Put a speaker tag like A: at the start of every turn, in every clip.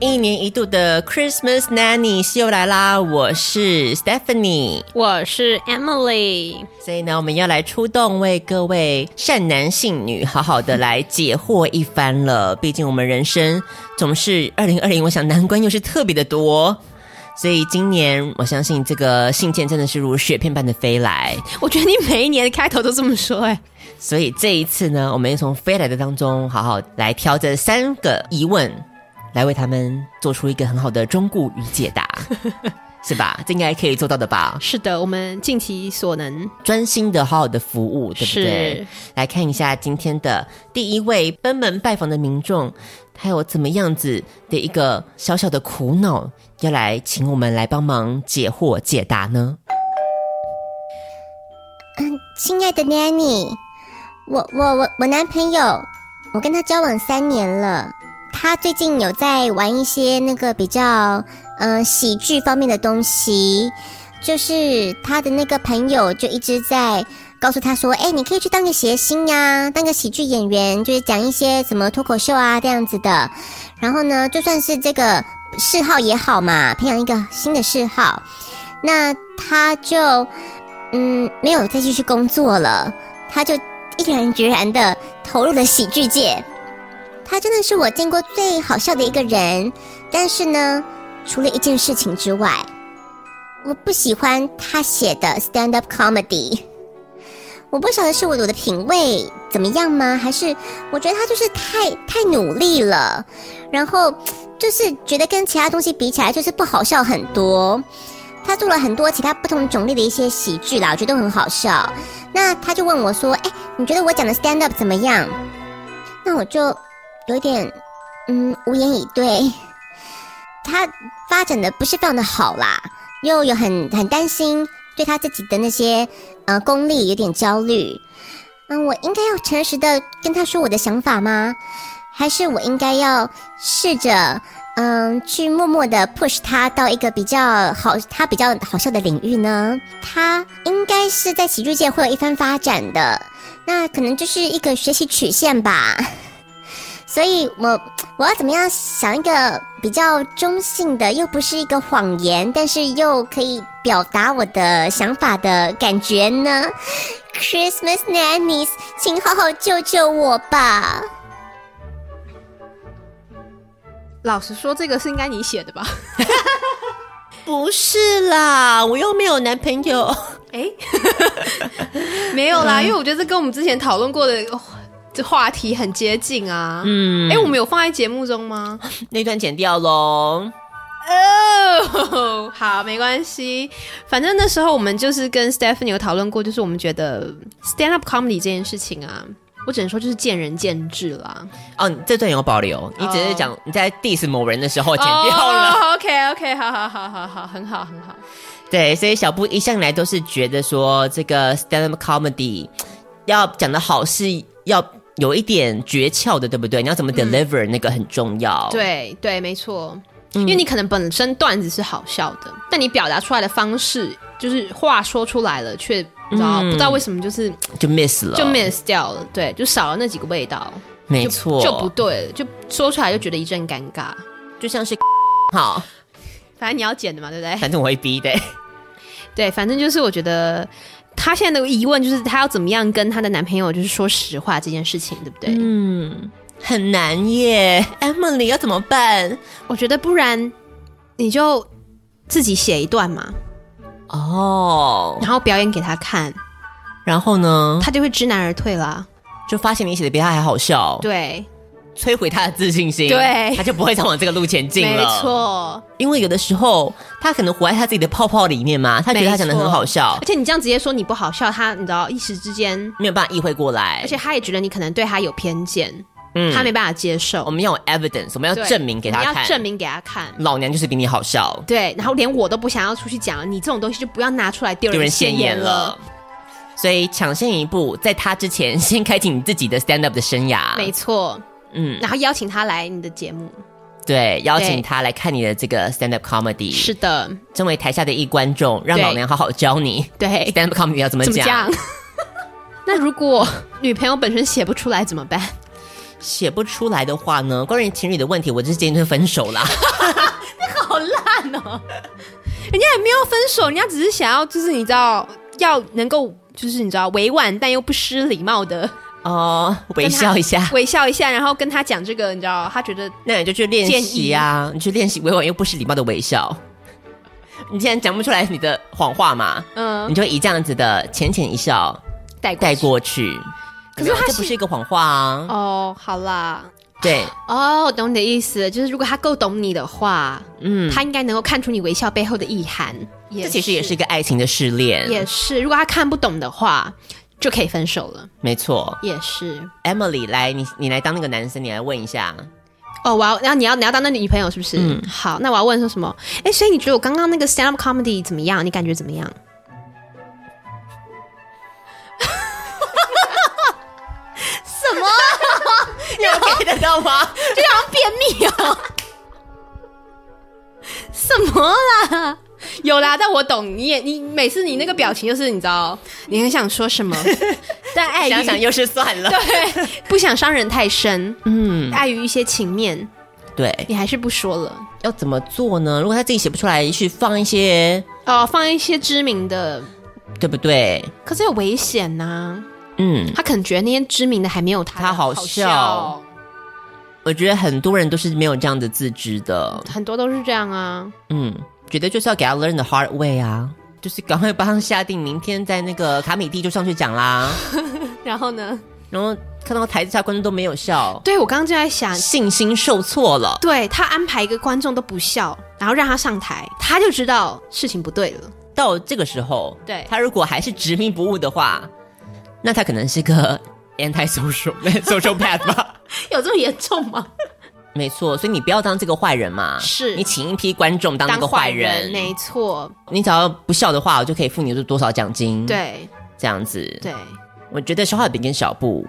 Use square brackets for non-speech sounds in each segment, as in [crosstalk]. A: 一年一度的 Christmas Nanny 是又来啦！我是 Stephanie，
B: 我是 Emily，
A: 所以呢，我们要来出动，为各位善男信女好好的来解惑一番了。毕竟我们人生总是二零二零，我想难关又是特别的多。所以今年，我相信这个信件真的是如雪片般的飞来。
B: 我觉得你每一年的开头都这么说、哎，
A: 所以这一次呢，我们要从飞来的当中，好好来挑这三个疑问，来为他们做出一个很好的忠固与解 [laughs] 答，是吧？这应该可以做到的吧？
B: 是的，我们尽其所能。
A: 专心的、好好的服务，对不对
B: 是？
A: 来看一下今天的第一位登门拜访的民众，他有怎么样子的一个小小的苦恼，要来请我们来帮忙解惑解答呢？
C: 亲爱的 Nanny，我我我我男朋友，我跟他交往三年了，他最近有在玩一些那个比较嗯、呃喜剧方面的东西，就是他的那个朋友就一直在。告诉他说：“哎、你可以去当个谐星呀、当个喜剧演员，就是讲一些什么脱口秀啊这样子的。然后呢，就算是这个嗜好也好嘛，培养一个新的嗜好。那他就嗯，没有再继续工作了，他就毅然决然的投入了喜剧界。他真的是我见过最好笑的一个人，但是呢，除了一件事情之外，我不喜欢他写的 stand up comedy。我不晓得是我的品味怎么样吗？还是我觉得他就是太太努力了，然后就是觉得跟其他东西比起来就是不好笑很多。他做了很多其他不同种类的一些喜剧啦，我觉得都很好笑。那他就问我说：“哎，你觉得我讲的 stand up 怎么样？”那我就有点嗯无言以对。 [laughs] 他发展的不是非常的好啦，又有很很担心，对他自己的那些呃功力有点焦虑。嗯，我应该要诚实的跟他说我的想法吗？还是我应该要试着嗯去默默的 push 他到一个比较好，他比较好笑的领域呢？他应该是在喜剧界会有一番发展的，那可能就是一个学习曲线吧。 [laughs] 所以我我要怎么样想一个比较中性的，又不是一个谎言，但是又可以表达我的想法的感觉呢？Christmas nannies，请好好救救我吧！
B: 老实说，这个是应该你写的吧？
A: 不是啦，我又没有男朋友。 [laughs]
B: 哎、 [laughs] 没有啦，因为我觉得这跟我们之前讨论过的哦这话题很接近啊。
A: 嗯
B: 哎、我们有放在节目中吗？
A: 那段剪掉喽。
B: 哦，好，没关系。反正那时候我们就是跟 Stephanie 有讨论过，就是我们觉得 stand up comedy 这件事情啊，我只能说就是见仁见智啦。
A: 哦，你这段有保留，你只是讲你在 diss 某人的时候剪掉了。
B: 哦 OK OK，好好好好好，很好很好。
A: [laughs] 对，所以小布一向来都是觉得说，这个 stand up comedy 要讲的好是要有一点诀窍的，对不对？你要怎么 deliver、那个很重要。，
B: 嗯对对，没错，因为你可能本身段子是好笑的，但你表达出来的方式，就是话说出来了，却不知道、
A: 嗯
B: 不知道为什么就是
A: 就 miss 了，
B: 就 miss 掉了，对，就少了那几个味道，
A: 没
B: 就
A: 错，
B: 就不对了，就说出来就觉得一阵尴尬。
A: 就像是 [laughs] 好，
B: 反正你要剪的嘛，对不对？
A: 反正我会逼的。
B: 对，反正就是我觉得她现在的疑问就是她要怎么样跟她的男朋友就是说实话这件事情，对不对？
A: 嗯，很难耶，Emily 要怎么办？
B: 我觉得不然你就自己写一段嘛，
A: 哦，
B: 然后表演给他看，
A: 然后呢？
B: 他就会知难而退啦。哦
A: 就发现你写的比他还好笑。
B: 对，
A: 摧毁他的自信心，
B: 对
A: 他就不会再往这个路前进
B: 没
A: 了。，
B: 错，
A: 因为有的时候他可能活在他自己的泡泡里面嘛，他觉得他讲的很好笑
B: 而，且你这样直接说你不好笑，他你知道一时之间，
A: 没有办法意会过来
B: 而。且他也觉得你可能对他有偏见，
A: 哎嗯
B: 他没办法接受。
A: 我们要有 evidence，我们要
B: 对
A: 证明给他
B: 你要
A: 看，
B: 证明给他看。
A: 老娘就是比你好笑，
B: 对，然后连我都不想要出去讲，你这种东西就不要拿出来丢
A: 丢人现
B: 现
A: 眼了
B: 了。。
A: 所以抢先一步，在他之前先开启你自己的 stand up 的生涯。
B: 没错，
A: 啊嗯，
B: 然后邀请他来你的节目。
A: 对，邀请
B: 对
A: 他来看你的这个 stand up comedy，
B: 是的，
A: 身为台下的一观众，让
B: 对
A: 老娘好好教你
B: 对，
A: stand up comedy 要怎么
B: 怎么
A: 讲。
B: 讲？ [laughs] 那如果女朋友本身写不出来怎么办？
A: 写不出来的话呢，关于情侣的问题，我就是建议就分手
B: [laughs]
A: 啦。
B: 好烂哦！ [laughs] 人家也没有分手，人家只是想要，就是你知道，要能够，就是你知道，委婉但又不失礼貌的
A: 哦， [laughs] 微笑一下，
B: [laughs] 微笑一下，然后跟他讲这个，你知道，他觉得
A: 那你就去练习啊，你去练习委婉又不失礼貌的微笑。 [laughs] 你既然讲不出来你的谎话嘛，
B: 嗯
A: 你就以这样子的浅浅一笑
B: 带过
A: 带
B: 去
A: 过去。
B: 可是他
A: 没有这
B: 是
A: 不是一个谎话啊，
B: 哦，好啦。
A: 对，
B: 哦，我懂你的意思，就是如果他够懂你的话，
A: 嗯，
B: 他应该能够看出你微笑背后的意涵。
A: 这
B: 这
A: 其实也是一个爱情的试炼，
B: 也是，如果他看不懂的话，就可以分手了。
A: 没错。
B: 也是
A: Emily，来，你你来当那个男生，你来问一
B: [laughs]
A: 下，
B: 哦，我要，然后你要你要当那女朋友是不是？
A: 嗯
B: 好，那我要问说什么？哎，所以你觉得我刚刚那个 stand up comedy 怎么样？你感觉怎么样？
A: [laughs] 你有给得到吗？
B: [laughs] [laughs] 就好像便秘哦， [laughs] 什么啦？有啦，但我懂，你也你每次你那个表情就是你知道，你很想说什 [laughs] 么，但碍于
A: 想想又是算了，
B: [laughs] 对不想伤人太深，
A: 嗯，
B: 碍于一些情面，
A: 对，
B: 你还是不说了。
A: 要怎么做呢？如果他自己写不出来，去放一些，
B: 哦，放一些知名的，
A: 对不对？
B: 可是有危险呐、
A: 嗯，
B: 他可能觉得那些知名的还没有他
A: 他
B: 的
A: 好
B: 好
A: 笑我觉得很多人都是没有这样的自知的，
B: 很多都是这样啊。
A: 嗯，觉得就是要给他 learn the hard way 啊，就是赶快帮他下定，明天在那个卡米蒂就上去讲啦。 [laughs]
B: 然后呢？
A: 然后看到台下观众都没有笑，
B: 对我刚刚就在想，
A: 信心受挫了。
B: 对他安排一个观众都不笑，然后让他上台，他就知道事情不对了。
A: 到这个时候，
B: 对
A: 他如果还是执迷不悟的话，那他可能是个 [laughs] anti social [laughs] social path 吧。 [laughs]
B: 有这么严重吗？
A: 没错，所以你不要当这个坏人嘛。
B: 是
A: 你请一批观众当那个坏人，
B: 没错，
A: 你只要不笑的话，我就可以付你多少奖金。，
B: 对
A: 这样子。，
B: 对。哎、
A: 我觉得小画饼跟小布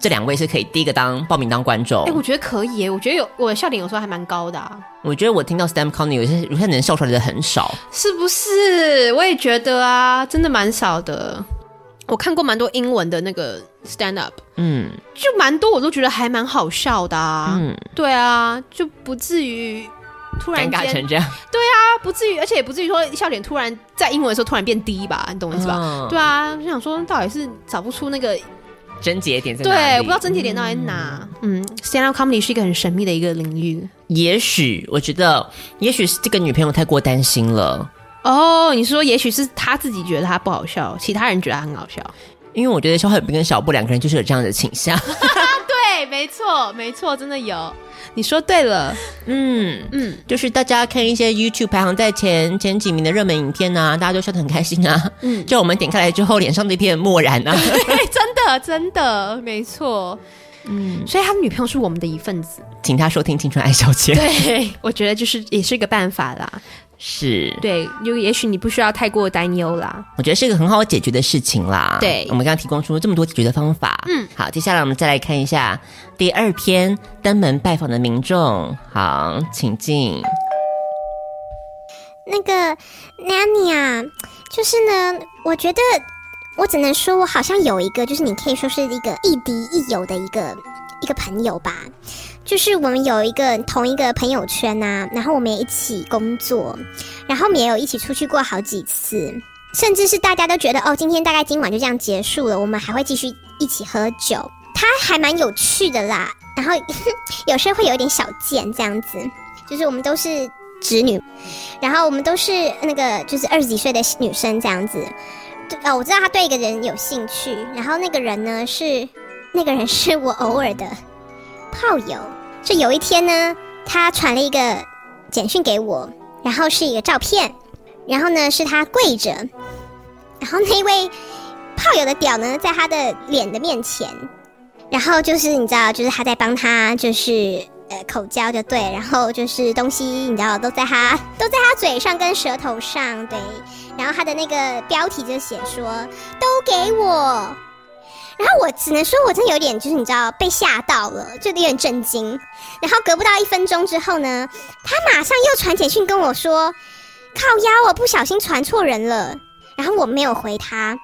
A: 这两位是可以第一个当报名当观众。
B: 哎我觉得可以耶，我觉得有我的笑点有时候还蛮高的、啊，
A: 哎我觉得我听到 Stem Conny 有些有些人笑出来的很少。
B: 是不是？我也觉得啊，真的蛮少的。我看过蛮多英文的那个 stand up，
A: 嗯，
B: 就蛮多我都觉得还蛮好笑的啊。
A: 嗯
B: 对啊，就不至于突然
A: 尴尬
B: 间
A: 成这样。
B: 啊，不至于，而且也不至于说笑点突然在英文的时候突然变低吧，你懂我意思吧？
A: 嗯
B: 对啊，就想说到底是找不出那个
A: 症结点在哪
B: 对，啊
A: 里
B: 我不知道症结点到底在哪。嗯 s t a n d up comedy 是一个很神秘的一个领域。
A: 也许我觉得，也许是这个女朋友太过担心了，
B: 哦，你说也许是他自己觉得他不好笑，其他人觉得他很好笑。
A: 因为我觉得肖海滨跟小布两个人就是有这样的倾向。 [laughs]
B: 对，没错，没错，真的有。你说对了，
A: 嗯，
B: 嗯
A: 就是大家看一些 YouTube 排行在前前几名的热门影片啊，大家都笑得很开心啊。
B: 嗯，
A: 就我们点开来之后，脸上那片漠然啊。
B: [laughs]
A: [laughs]
B: 对，真的真的没错。嗯，所以他的女朋友是我们的一份子。
A: 请他收听《青春爱消遣》。
B: [laughs] 对，我觉得就是也是一个办法啦。
A: 是，
B: 对，就也许你不需要太过担忧啦。
A: 我觉得是一个很好解决的事情啦。
B: 对
A: 我们刚刚提供出这么多解决的方法。嗯，好，接下来我们再来看一下第二篇登门拜访的民众。好，请进。
C: 那个 Nanny 啊，就是呢，我觉得我只能说，我好像有一个，就是你可以说是一个亦敌亦友的一个一个朋友吧。就是我们有一个同一个朋友圈呐、然后我们也一起工作，然后我们也有一起出去过好几次，甚至是大家都觉得哦，今天大概今晚就这样结束了，我们还会继续一起喝酒，他还蛮有趣的啦。然后 [laughs] 有时候会有一点小贱这样子，就是我们都是直女然后我们都是那个就是二十几岁的女生这样子。对，哦，我知道他对一个人有兴趣，然后那个人呢是那个人是我偶尔的炮友。就有一天呢，他传了一个简讯给我，然后是一个照片，然后呢是他跪着，然后那位炮友的屌呢在他的脸的面前，然后就是你知道，就是他在帮他就是呃口交就对，然后就是东西你知道都在他都在他嘴上跟舌头上对，然后他的那个标题就写说都给我。然后我只能说，我真的有点就是你知道被吓到了，就有点震惊。然后隔不到一分钟之后呢，他马上又传简讯跟我说：“靠腰，我不小心传错人了。”然后我没有回他，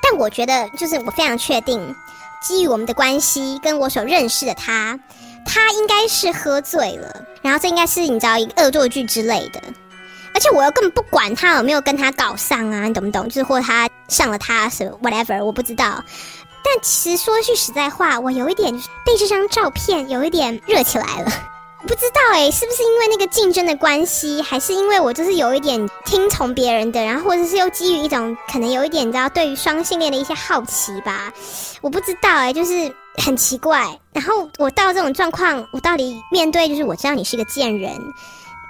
C: 但我觉得就是我非常确定，基于我们的关系跟我所认识的他，他应该是喝醉了，然后这应该是你知道一个恶作剧之类的。而且我又根本不管他有没有跟他搞上啊，你懂不懂？就是或他上了他什么 whatever，我不知道。但其实说句实在话，我有一点被这张照片有一点热起来了。我不知道诶、是不是因为那个竞争的关系，还是因为我就是有一点听从别人的，然后或者是又基于一种可能有一点你知道对于双性恋的一些好奇吧，我不知道诶、就是很奇怪。然后我到这种状况，我到底面对就是我知道你是个贱人，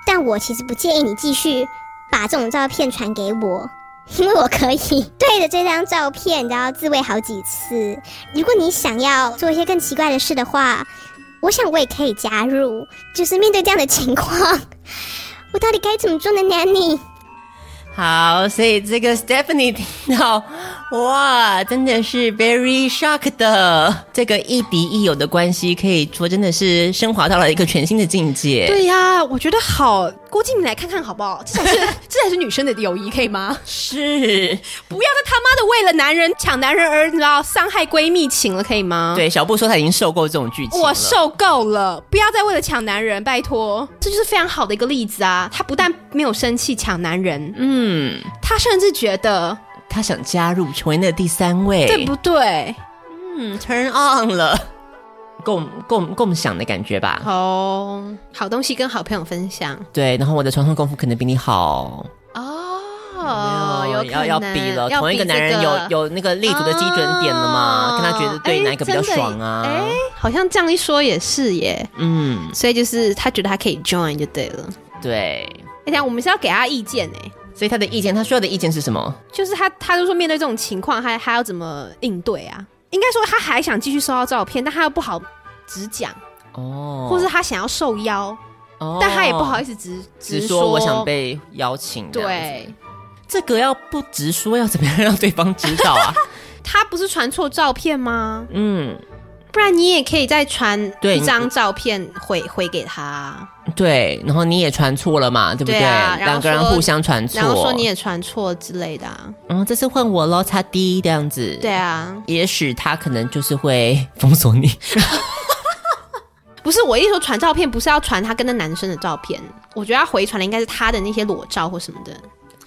C: 但我其实不建议你继续把这种照片传给我， [laughs] 因为我可以对着这张照片，然后自慰好几次。如果你想要做一些更奇怪的事的话，我想我也可以加入。就是面对这样的情况， [laughs] 我到底该怎么做呢，Nanny？
A: 好，所以这个 Stephanie 听到，哇，真的是 very shocked 的。这个亦敌亦友的关系，可以说真的是升华到了一个全新的境界。
B: 对呀、我觉得好，郭靖你来看看好不 [laughs] 好？这才是这才是女生的友谊，可
A: [laughs]
B: 以吗？
A: 是，
B: 不要再他妈的为了男人抢男人而你知道伤害闺蜜情了，可以吗？。
A: 对，小布说他已经啊受够这种剧情了，
B: 我受够了，不要再为了抢男人，拜托，这就是非常好的一个例子啊！她不但没有生气抢男人，
A: 嗯，
B: 她甚至觉得
A: 他想加入成为那个第三位，
B: 对不对？
A: 嗯，turn on 了，共共共享的感觉吧。
B: 哦，好东西跟好朋友分享
A: 对，然后我的床上功夫可能比你好，
B: 哦，
A: 没
B: 有可
A: 嗯要
B: 能
A: 要比了。
B: 要
A: 同一个男人
B: 这
A: 有有那个立足的基准点了嘛？
B: 哦
A: 跟他觉得对哪一个比较爽啊？
B: 哎真的耶哎好像这样一说也是耶，
A: 嗯，
B: 所以就是他觉得他可以 join 就对了。
A: 对。
B: 哎，等一下我们是要给他意见哎，
A: 所以他的意见，他需要的意见是什么？
B: 就是他，他就说面对这种情况，他他要怎么应对啊？应该说他还想继续收到照片，但他又不好直讲，
A: 哦，
B: 或是他想要受邀，
A: 哦
B: 但他也不好意思直
A: 直
B: 直
A: 说我想被邀请。这样子
B: 对，，
A: 这个要不直说，要怎么样让对方知道
B: [laughs]
A: 啊？
B: 他不是传错照片吗？
A: 嗯，
B: 不然你也可以再传
A: 对
B: 一张照片回回给他，
A: 对。然后你也传错了嘛，对不
B: 对啊然后
A: 两个人
B: 说
A: 互相传错，
B: 然后说你也传错之类的、啊。
A: 嗯，这次换我喽，擦低这样子。
B: 对，啊，
A: 也许他可能就是会封锁
B: [laughs]
A: 你。
B: 不是我一说传照片，不是要传他跟那男生的照片，我觉得他回传的应该是他的那些裸照或什么的，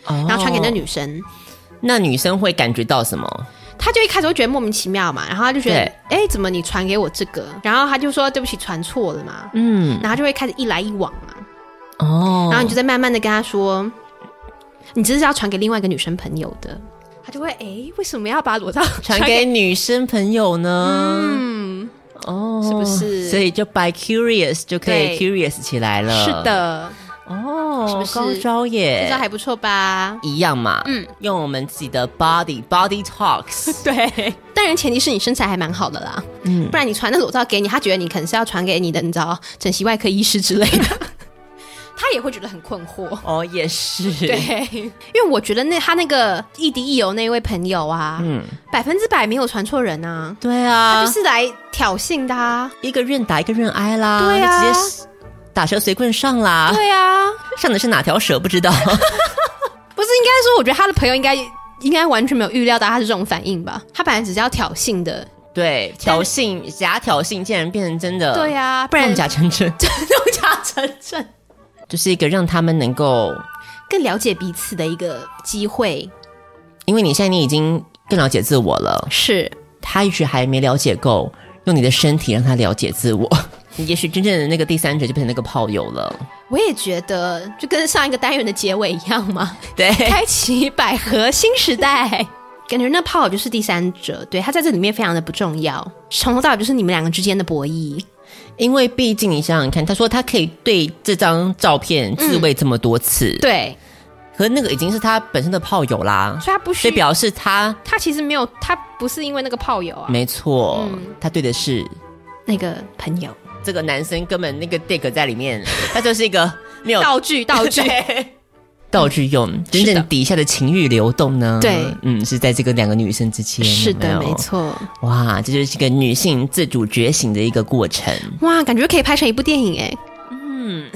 A: 然
B: 然后传给那，女生。
A: 那女生会感觉到什么？
B: 他就一开始会觉得莫名其妙嘛，然后他就觉得，哎、怎么你传给我这个？然后他就说对不起，传错了嘛。
A: 嗯，
B: 然后他就会开始一来一往嘛，
A: 哦，
B: 然后你就再慢慢的跟他说，你这是要传给另外一个女生朋友的，他就会，哎、为什么要把裸照
A: 传给女生朋友呢？
B: 嗯，
A: 哦，
B: 是不是
A: 所以就 by curious 就可以
B: 对
A: curious 起来了。
B: 是，的，
A: 哦，
B: 是不是
A: 高招
B: 这招
A: 耶？
B: 还不错吧？
A: 一样嘛，嗯，用我们自己的 body body
B: [laughs]
A: talks，
B: 对，当然前提是你身材还蛮好的啦，嗯，不然你传那裸照给你，他觉得你可能是要传给你的，你知道，整形外科医师之类的，他也会觉得很困惑。
A: 哦，也是，
B: 对，因为我觉得那他那个亦敌亦友那位朋友啊，
A: 嗯，
B: 百分之百没有传错人啊，
A: 对
B: 他
A: 啊，
B: 就是来挑衅的啊，
A: 一个愿打一个愿挨啦，
B: 对啊
A: 就直接打蛇随棍上啦，
B: 对啊，
A: 上的是哪条蛇不知道，
B: 不是应该说，我觉得他的朋友应该应该完全没有预料到他是这种反应吧，他本来只是要挑衅的，
A: 对，挑衅假挑衅竟然变成真的，
B: 对啊，不
A: 弄
B: 然
A: 假成真，
B: [laughs] 弄假成真，
A: 就是一个让他们能够，
B: 更了解彼此的一个机会
A: 因为你现在你已经更了解自我了，
B: 是。
A: 他也许还没了解够，用你的身体让他了解自我， [laughs] 也许真正的那个第三者就变成那个炮友了，
B: 我也觉得，就跟上一个单元的结尾一样 [laughs] 嘛，
A: [laughs] 对，
B: 开启百合新时代。感觉那炮友就是第三者，对他在这里面非常的不重要，从头到尾就是你们两个之间的博弈。
A: 因为毕竟你想想看，他说他可以对这张照片自慰这么多次，，
B: 对，
A: 可是那个已经是他本身的炮友啦，
B: 所以他不
A: 所
B: 需
A: 以表示他
B: 他其实没有，他不是因为那个炮友啊，
A: 没错，
B: 嗯
A: 他对的是
B: 那个朋友
A: 这个男生根本那个 dick 在里面，他就是一个没有
B: [laughs] 道具道 [laughs] 具，
A: 对道具用，真
B: 是的
A: 正底下的情欲流动呢？
B: 对
A: 嗯，是在这个两个女生之间，
B: 是
A: 有
B: 的，
A: 有
B: 没。错。
A: 哇，这就是一个女性自主觉醒的一个过程。
B: 哇，感觉可以拍成一部电影哎，
A: 嗯，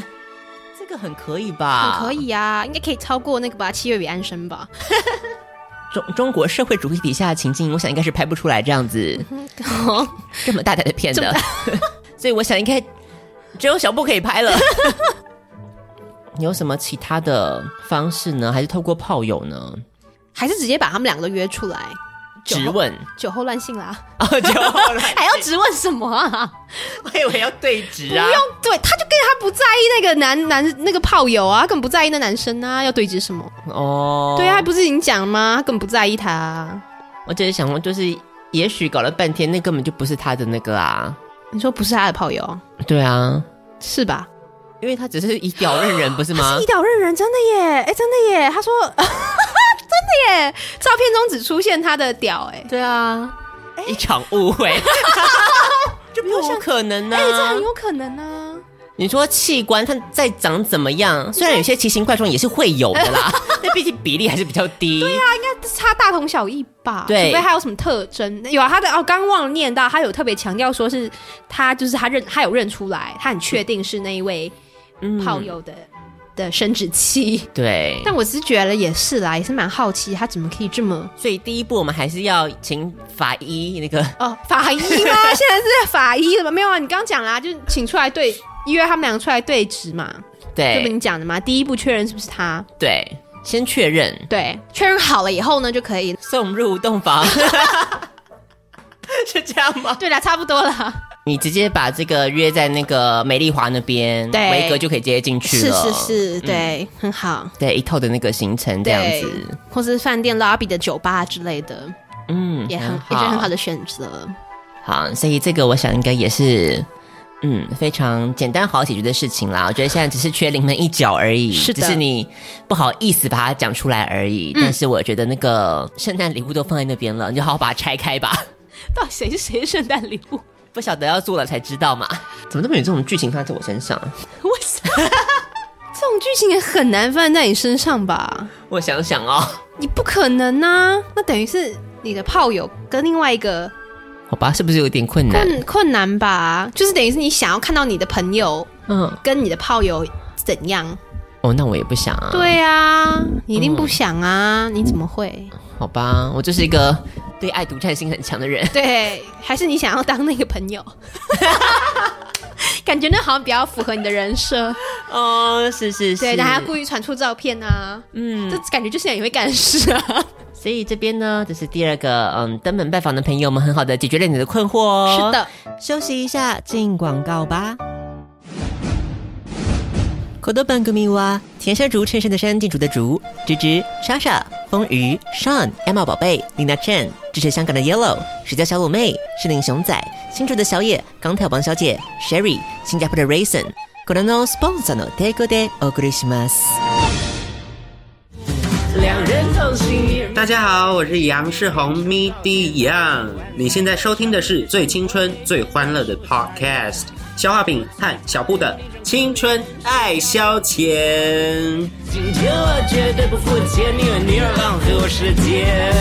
A: 这个很可以吧？
B: 很可。以啊，应该可以超过那个吧，《七月与安生》吧？ [laughs]
A: 中中国社会主义底下的情境，我想应该是拍不出来这样子这么大胆的片
B: 嗯这
A: 的
B: 么，
A: 所以我想应该只有小布可以拍了。 [laughs] 你有什么其他的方式呢？还是透过炮友呢？
B: 还是直接把他们两个都约出来，酒后
A: 质问
B: 酒后乱性啦，
A: 啊，就
B: [laughs] 还要质问什么啊？
A: [laughs] 哎我以为要对质啊，
B: 不用，对，他就跟他不在意那个男男那个炮友啊，他更不在意那男生啊，要对峙什么？
A: 哦，
B: 对啊，他，不是已经讲吗？他更不在意他啊。
A: 我只是想问，就是也许搞了半天，那根本就不是他的那个啊，
B: 你说不是他的炮友
A: 对啊，
B: 是吧？
A: 因为他只是以屌认人，不 [laughs] 是吗
B: 一？屌认人，真的耶！哎，真的耶！他说， [laughs] 真的耶！照片中只出现他的屌，哎，
A: 对啊，一场误 [laughs] 会，这不有可能呢、啊
B: 哎，这很有可能啊。
A: 你说器官它再长怎么样？虽然有些奇形怪状也是会有的 [laughs] 啦，但毕竟比例还是比较低。对啊，
B: 应该差大同小异吧？
A: 对
B: 除非他有什么特征。有啊，他的哦，刚忘了念到，他有特别强调说是他就是他认他有认出来，他很确定是那一位炮友的、的生殖器。
A: 对。
B: 嗯 [laughs] 但我是觉得也是啦，也是蛮好奇他怎么可以这么
A: 所以第一步我们还是要请法医那个
B: 哦法医 [laughs] 吗？现在是法医了吗？没有啊，你刚讲啦，就是请出来对约他们两个出来对质嘛，这不
A: 对
B: 你讲的嘛？第一步确认是不是他，
A: 对先确认
B: 对，确认好了以后呢就可以。
A: 送入洞房， [laughs] 是这样吗？
B: 对啦，差不多啦。
A: 你直接把这个约在那个美丽华那边，
B: 对
A: 维格就可以直接进去
B: 是嗯
A: 了。
B: 是是，对，很好。
A: 对一套的那个行程这样
B: 对，
A: 子，
B: 或是饭店 lobby 的酒吧之类的，
A: 嗯，
B: 也很也
A: 好
B: 是很好的选择。
A: 好，所以这个我想应该也是，嗯，非常简单好解决的事情啦。我觉得现在只是缺临门一脚而已，
B: 是的嗯
A: 只是你不好意思把它讲出来而已。但是我觉得那个圣诞礼物都放在那边了，你就好好把它拆开吧。 [laughs]
B: 到底谁是谁的圣诞礼物？ [laughs]
A: 不晓得要做了才知道嘛？怎么那么有这种剧情发生在我身上？啊
B: 为什么这种剧情也很难放在你身上吧？
A: 我想想哦，
B: 你不可能呐、那等于是你的炮友跟另外一个
A: 好吧，是不是有点困难？
B: 困困难吧？就是等于是你想要看到你的朋友
A: 嗯，
B: 跟你的炮友怎样？
A: 哦，那我也不想啊。，
B: 对啊，你一定不想啊，你怎么会？
A: 好吧，我就是一个对爱独占性很强的人。
B: [laughs] 对，还是你想要当那个朋友？ [laughs] 感觉那好像比较符合你的人设。
A: [laughs] 哦，是是是，
B: 对，然后还要故意传出照片啊，嗯，这感觉就是你会干的事啊。
A: 所以这边呢，这是第二个，嗯，登门拜访的朋友们，很好的解决了你的困惑哦。
B: 是，的，
A: 休息一下，进广告吧。この番組は田山竹衬衫的山建筑的竹芝芝、莎莎、风鱼、Sean、Emma 宝贝、Lina Chen，支持香港的 Yellow、石家小卤妹、是林熊仔、新竹的小野、钢铁王小姐、Sherry、新加坡的 Raisin。これのスポンサーの提供でお送りします。
D: 大家好，我是杨世宏咪迪杨。你现在收听的是最青春、最欢乐的 Podcast，消化饼和小布的青春爱消遣。
E: 今天我绝对不付钱，宁愿你要浪费我时间。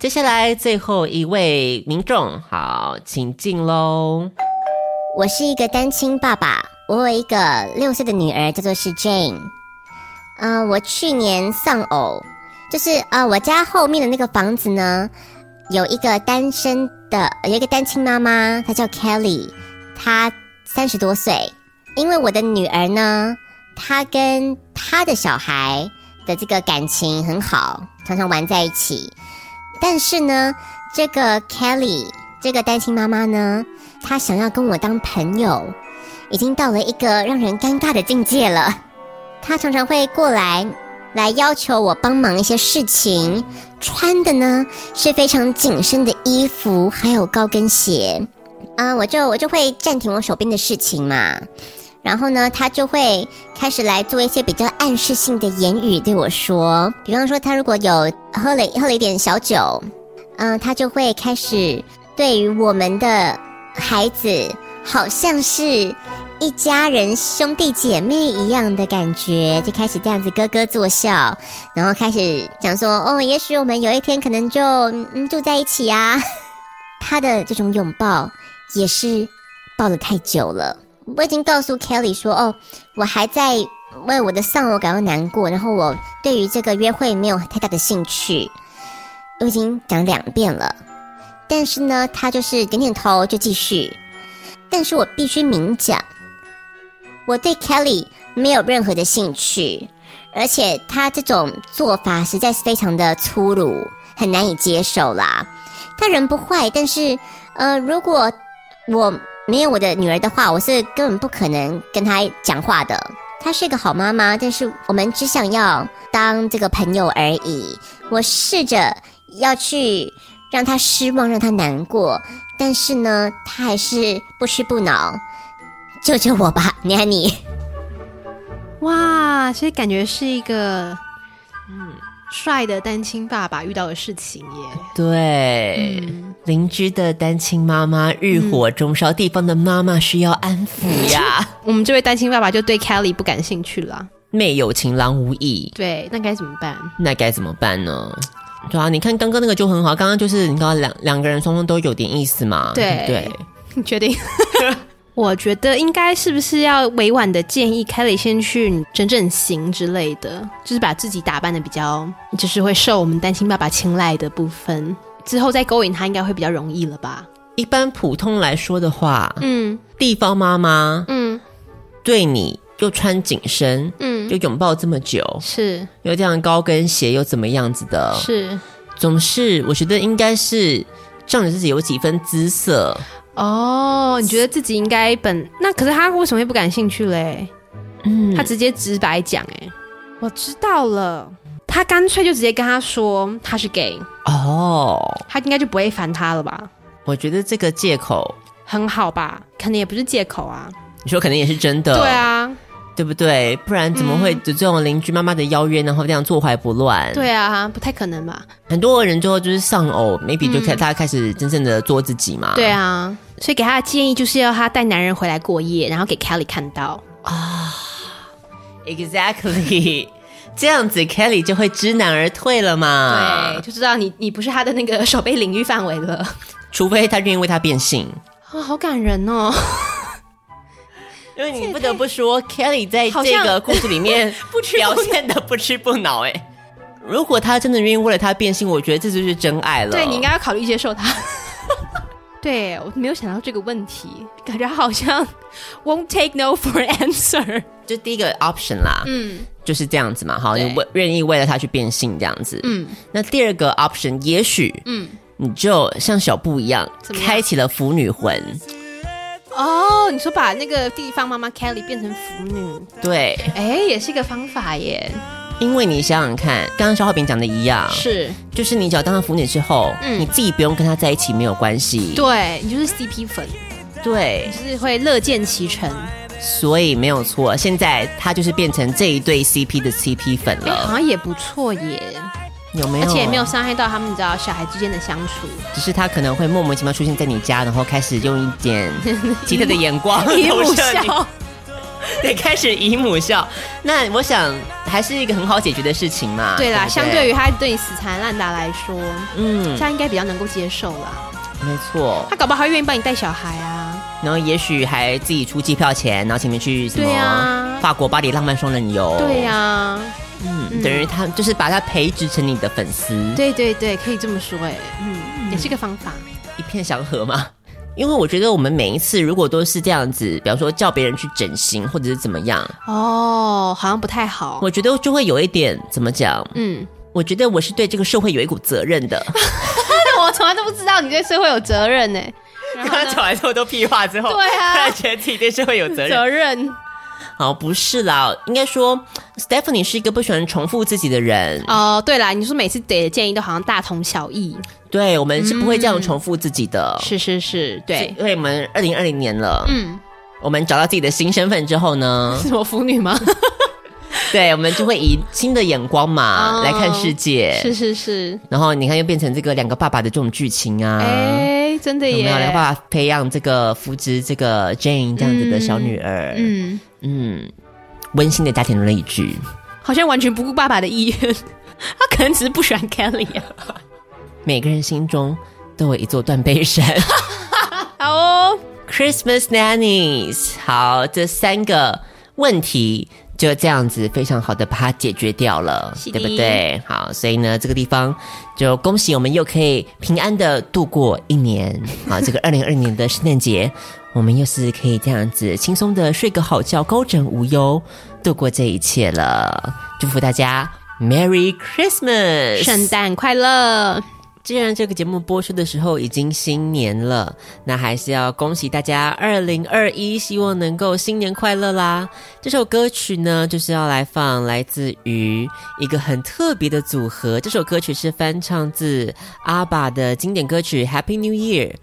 A: 接下来最后一位民众，好，请进喽。
C: 我是一个单亲爸爸，我有一个六岁的女儿，叫做是 Jane。嗯、我去年丧偶，就是呃，我家后面的那个房子呢，有一个单身的，有一个单亲妈妈，她叫 Kelly，她三十多岁。因为我的女儿呢，她跟她的小孩的这个感情很好，常常玩在一起。但是呢，这个 Kelly 这个单亲妈妈呢，她想要跟我当朋友，已经到了一个让人尴尬的境界了。她常常会过来来要求我帮忙一些事情，穿的呢是非常紧身的衣服，还有高跟鞋。啊、嗯，我就我就会暂停我手边的事情嘛，然后呢，他就会开始来做一些比较暗示性的言语对我说，比方说他如果有喝了喝了一点小酒，嗯，他就会开始对于我们的孩子好像是。一家人兄弟姐妹一样的感觉，就开始这样子咯咯作笑，然后开始讲说：“哦，也许我们有一天可能就嗯住在一起啊。” [laughs] 他的这种拥抱也是抱得太久了。我已经告诉 Kelly 说：“哦，我还在为我的丧偶感到难过，然后我对于这个约会没有太大的兴趣。”我已经讲两遍了，但是呢，他就是点点头就继续。但是我必须明讲，我对 Kelly 没有任何的兴趣，而且他这种做法实在是非常的粗鲁，很难以接受啦。他人不坏，但是呃，如果我没有我的女儿的话，我是根本不可能跟他讲话的。她是个好妈妈，但是我们只想要当这个朋友而已。我试着要去让她失望，让她难过，但是呢，她还是不屈不挠。救救我吧，Nanny！
B: 哇，所以感觉是一个嗯帅的单亲爸爸遇到的事情耶。
A: 对，
B: 嗯
A: 邻居的单亲妈妈日火中烧，地方的妈妈需要安抚呀。
B: [laughs] 我们这位单亲爸爸就对 Kelly 不感兴趣了。
A: 妹有情郎无意，
B: 对，那该怎么办？
A: 那该怎么办呢？对啊，你看刚刚那个就很好，刚刚就是你刚刚两两个人双方都有点意思嘛。
B: 对
A: 对，
B: 你决定？ [laughs] 我觉得应该是不是要委婉的建议 Kelly 先去整整形之类的，就是把自己打扮的比较，就是会受我们单亲爸爸青睐的部分，之后再勾引他应该会比较容易了吧？
A: 一般普通来说的话，
B: 嗯
A: 地方妈妈
B: 嗯
A: 对你又穿紧身，
B: 嗯，
A: 又拥抱这么久，
B: 是
A: 又这样高跟鞋，又怎么样子的，
B: 是
A: 总是我觉得应该是让你自己有几分姿色。
B: 哦，你觉得自己应该本那可是他为什么会不感兴趣嘞？
A: 嗯
B: 他直接直白讲，哎，我知道了，他干脆就直接跟他说他是 gay，
A: 哦，
B: 他应该就不会烦他了吧？
A: 我觉得这个借口，
B: 很好吧？可能也不是借口啊。
A: 你说可能也是真的，
B: 对，啊，嗯
A: 对不对？不然怎么会有这种邻居妈妈的邀约，然后这样坐怀不乱？，
B: 对啊，不太可能吧？
A: 很多人最后就是丧偶，maybe 就开大家开始真正的做自己嘛。
B: 嗯对啊，所以给他的建议就是要他带男人回来过夜，然后给 Kelly 看到。
A: ，exactly，这 [laughs] 样子 Kelly 就会知难而退了嘛。
B: 对，，就知道你你不是他的那个手背领域范围了。啊、
A: 除非他愿意为他变性。
B: [laughs] 好感人哦！
A: 因为你不得不说，Kelly 在
B: 好
A: 这
B: 像
A: 个故事里面
B: [laughs] 不吃不
A: 表
B: 挠
A: 现的不吃不挠。哎，如果他真的愿意为了他变性，我觉得这就是真爱了。
B: [laughs] 对你应该要考虑接受他。 [laughs] 对我没有想到这个问题，感觉好像 won't take no for answer。
A: 就第一个 option 啦，
B: 嗯，
A: 就是这样子嘛。好，
B: 对
A: 你为愿意为了他去变性这样子。嗯，那第二个 option 也许，嗯，你就像小布一样，
B: 怎么样
A: 开启了腐女魂。
B: 哦，你说把那个地方妈妈 Kelly 变成腐女，
A: 对，
B: 哎，也是一个方法耶。
A: 因为你想想看，刚刚肖浩平讲的一样，
B: 是，
A: 就是你只要当了腐女之后，
B: 嗯
A: 你自己不用跟他在一起没有关系。
B: 对你就是 CP 粉，
A: 对，
B: 就是会乐见其成。
A: 所以没有错，现在他就是变成这一对 CP 的 CP 粉
B: 哎、好
A: 了，
B: 像也不错耶，
A: 有没有？
B: 而且也没有，伤害到他们，你知道小孩之间的相 [laughs] 处。
A: 只是他可能会莫名其妙出现在你家，然后开始用一点奇特的眼
B: [laughs]
A: 光投射你， [laughs] 对，开始姨母笑。那我想还是一个很好解决的事情嘛。
B: 啊对啦，相对
A: 于
B: 于他对你死缠烂打来说，
A: 嗯，
B: 他应该比较能够接受啦。
A: 没错
B: 他。搞不好还愿意帮你带小孩啊。
A: 然后也许还自己出机票钱，然后请你去什么
B: 对啊
A: 法国巴黎浪漫双人游，
B: 对呀、、
A: 嗯，等于他就是把他培植成你的粉丝，
B: 对对对，可以这么说哎，嗯，也是个方法。
A: 一片祥和嘛。因为我觉得我们每一次如果都是这样子，比方说叫别人去整形或者是怎么样，
B: 哦，好像不太好。
A: 我觉得就会有一点怎么讲？
B: 嗯，
A: 我觉得我是对这个社会有一股责任的。
B: 但 [laughs] 我从来都不知道你对社会有责任呢。
A: [laughs] 刚刚讲完这么多屁话之后，
B: 对啊 [laughs]
A: 突然觉得自己对社会有责任。
B: 责任，
A: 好，哦不是啦，应该说 Stephanie 是一个不喜欢重复自己的人。
B: 哦，对啦，你说每次给的建议都好像大同小异，
A: 对，我们是不会这样重复自己的。
B: 嗯是是是，对，
A: 因为我们二零二零年了，嗯，我们找到自己的新身份之后
B: [laughs]
A: 呢，
B: 什么腐女吗？
A: 对，我们就会以新的眼光嘛、
B: 哦
A: 来看世界。
B: 是是是，
A: 然后你看，又变成这个两个爸爸的这种剧情啊。
B: 哎，真的
A: 有没
B: 耶
A: 有，两个爸爸培养这个扶植这个 Jane 这样子的小女儿？嗯
B: 嗯，
A: 温馨的家庭类剧。
B: 好像完全不顾爸爸的意愿， [laughs] 他可能只是不喜欢 Kelly 啊。
A: 每个人心中都有一座断背山。
B: 好哦，
A: Christmas nannies，好，这三个问题就这样子非常好的把它解决掉了，
B: 是
A: 对
B: 的
A: 不对？好，所以呢，这个地方就恭喜我们又可以平安的度过一
B: [laughs]
A: 年。好，这个二零二年的圣诞节，我们又是可以这样子轻松的睡个好觉，高枕无忧度过这一切了。祝福大家 Merry Christmas，
B: 圣诞快乐！
A: 既然这个节目播出的时候已经新年了，那还是要恭喜大家，二零二一，希望能够新年快乐啦！这首歌曲呢，就是要来放来自于一个很特别的组合，这首歌曲是翻唱自阿爸的经典歌曲《Happy New Year》。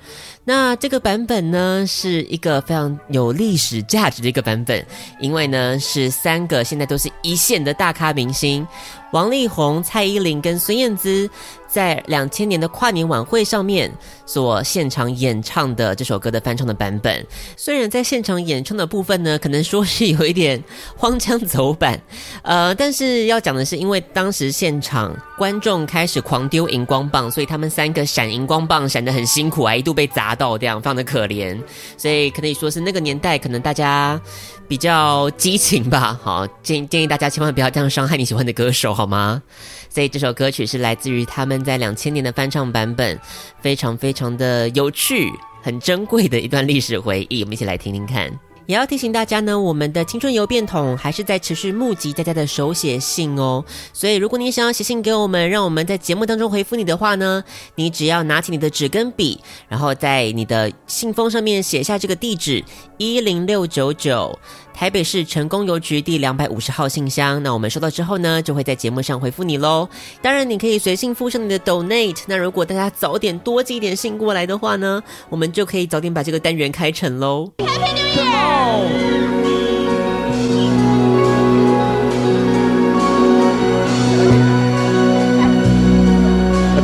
A: 那这个版本呢，是一个非常有历史价值的一个版本，因为呢是三个现在都是一线的大咖明星，王力宏、蔡依林跟孙燕姿，在两千年的跨年晚会上面所现场演唱的这首歌的翻唱的版本。虽然在现场演唱的部分呢，可能说是有一点荒腔走板， [laughs] 呃，但是要讲的是，因为当时现场观众开始狂丢荧光棒，所以他们三个闪荧光棒闪得很辛苦啊，一度被砸到，这样非常的可怜。所以可以说是那个年代，可能大家比较激情吧。好，建建议大家千万不要这样伤害你喜欢的歌手，好吗？所以这首歌曲是来自于他们在两千年的翻唱版本，非常非常的有趣，很珍贵的一段历史回忆。我们一起来听听看。也要提醒大家呢，我们的青春邮便桶还是在持续募集大家的手写信哦。所以，如果你想要写信给我们，让我们在节目当中回复你的话呢，你只要拿起你的纸跟笔，然后在你的信封上面写下这个地址一零六九九台北市成功邮局第两百五十号信箱。那我们收到之后呢，就会在节目上回复你喽。当然，你可以随信附上你的 donate。那如果大家早点多寄一点信过来的话呢，我们就可以早点把这个单元开成喽。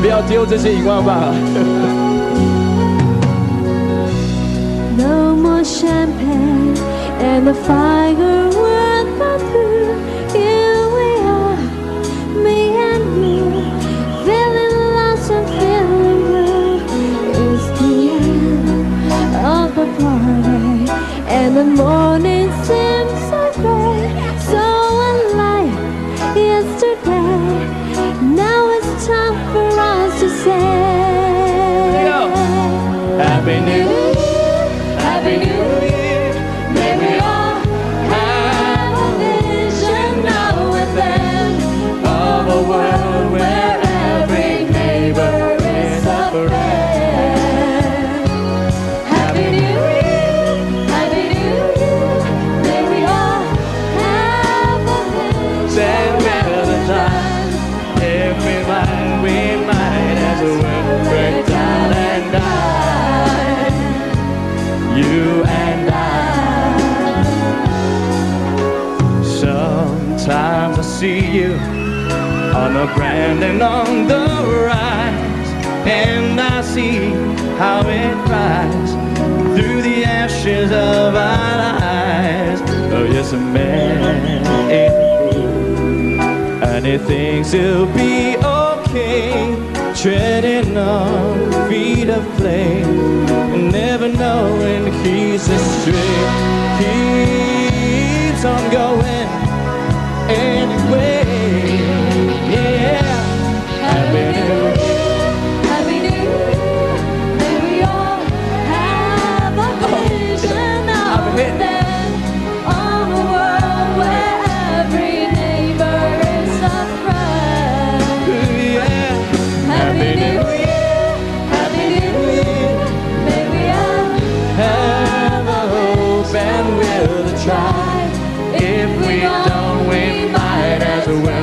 F: 不要丢这些荧光棒。
G: No more champagne and the fire we're not through. Here we are, me and you, feeling lost and feeling blue. It's the end of the party and the morning seems so gray, so unlike yesterday. Now it's time for us to say.
F: Happy New Year！
G: Happy New Year. May we all have a vision now and then of a world where every neighbor is a friend. Happy New Year. Happy New Year. May we all have a vision now and then.
F: Every mind we might as well break down and die. You and I. Sometimes I see you on the grand and on the rise, and I see how it rides through the ashes of our lives. Oh, yes, a man is a fool and he thinks he'll be okay. Treading on feet of clay, never knowing he's astray. Keeps on going anyway. Yeah,
G: Happy New Year, Happy New Year. May we all have a vision of then on a world where every neighbor is a friend.
F: yeah.
G: Happy New Year, Happy New Year. May we all
F: Have a hope and will to try.
G: try
F: we don't, we might as well.
G: Oh,